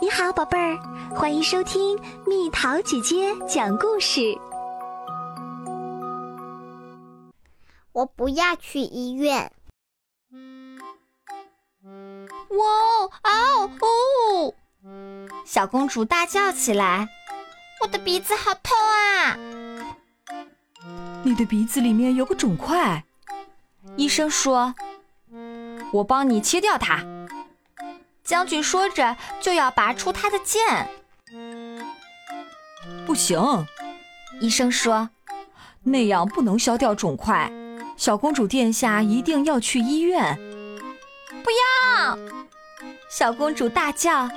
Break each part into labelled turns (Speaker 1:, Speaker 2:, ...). Speaker 1: 你好，宝贝儿，欢迎收听蜜桃姐姐讲故事。
Speaker 2: 我不要去医院。
Speaker 3: 哇哦啊哦！小公主大叫起来：“我的鼻子好痛啊！
Speaker 4: 你的鼻子里面有个肿块。”
Speaker 3: 医生说：“
Speaker 4: 我帮你切掉它。”
Speaker 3: 将军说着就要拔出他的剑。
Speaker 4: 不行，
Speaker 3: 医生说：“
Speaker 4: 那样不能消掉肿块。小公主殿下一定要去医院。”
Speaker 3: 不要！小公主大叫：“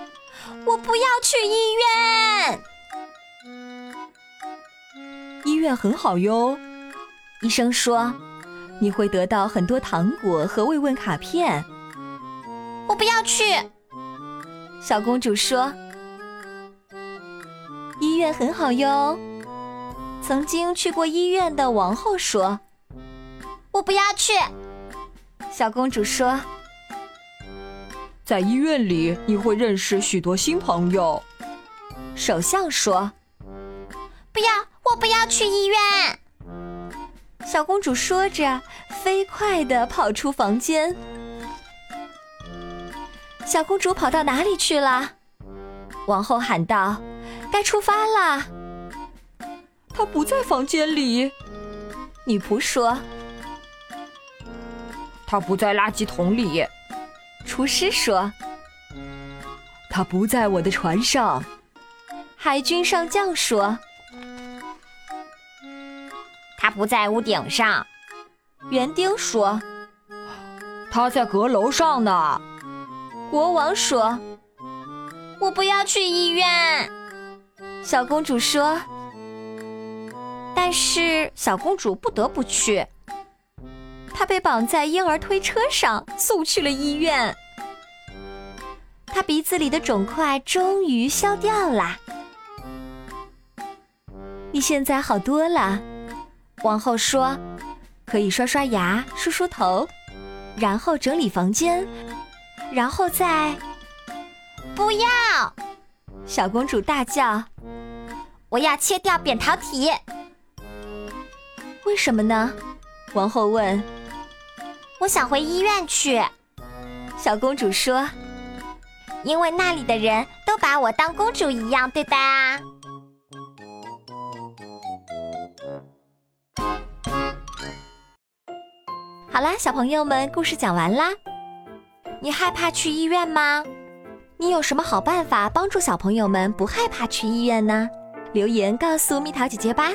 Speaker 3: 我不要去医院！”
Speaker 4: 医院很好哟，
Speaker 3: 医生说：“
Speaker 4: 你会得到很多糖果和慰问卡片。”
Speaker 3: 我不要去。小公主说：“医院很好哟。”曾经去过医院的王后说：“我不要去。”小公主说：“
Speaker 4: 在医院里，你会认识许多新朋友。”
Speaker 3: 首相说：“不要，我不要去医院。”小公主说着，飞快地跑出房间。小公主跑到哪里去了？王后喊道：“该出发啦！”
Speaker 4: 她不在房间里。
Speaker 3: 女仆说：“
Speaker 4: 她不在垃圾桶里。”
Speaker 3: 厨师说：“
Speaker 4: 她不在我的船上。”
Speaker 3: 海军上将说：“
Speaker 5: 她不在屋顶上。”
Speaker 3: 园丁说：“
Speaker 4: 她在阁楼上呢。”
Speaker 3: 国王说：“
Speaker 5: 我不要去医院。”
Speaker 3: 小公主说：“但是小公主不得不去。她被绑在婴儿推车上送去了医院。她鼻子里的肿块终于消掉啦。你现在好多了。”王后说：“可以刷刷牙、梳梳头，然后整理房间。”然后再，
Speaker 5: 不要！
Speaker 3: 小公主大叫：“
Speaker 5: 我要切掉扁桃体！”
Speaker 3: 为什么呢？王后问。
Speaker 5: “我想回医院去。”
Speaker 3: 小公主说，“
Speaker 5: 因为那里的人都把我当公主一样对待啊。”
Speaker 3: 好啦，小朋友们，故事讲完啦。你害怕去医院吗？你有什么好办法帮助小朋友们不害怕去医院呢？留言告诉蜜桃姐姐吧。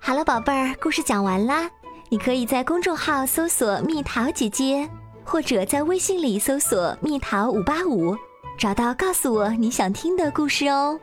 Speaker 3: 好了，宝贝儿，故事讲完啦。你可以在公众号搜索“蜜桃姐姐”，或者在微信里搜索“蜜桃五八五”，找到告诉我你想听的故事哦。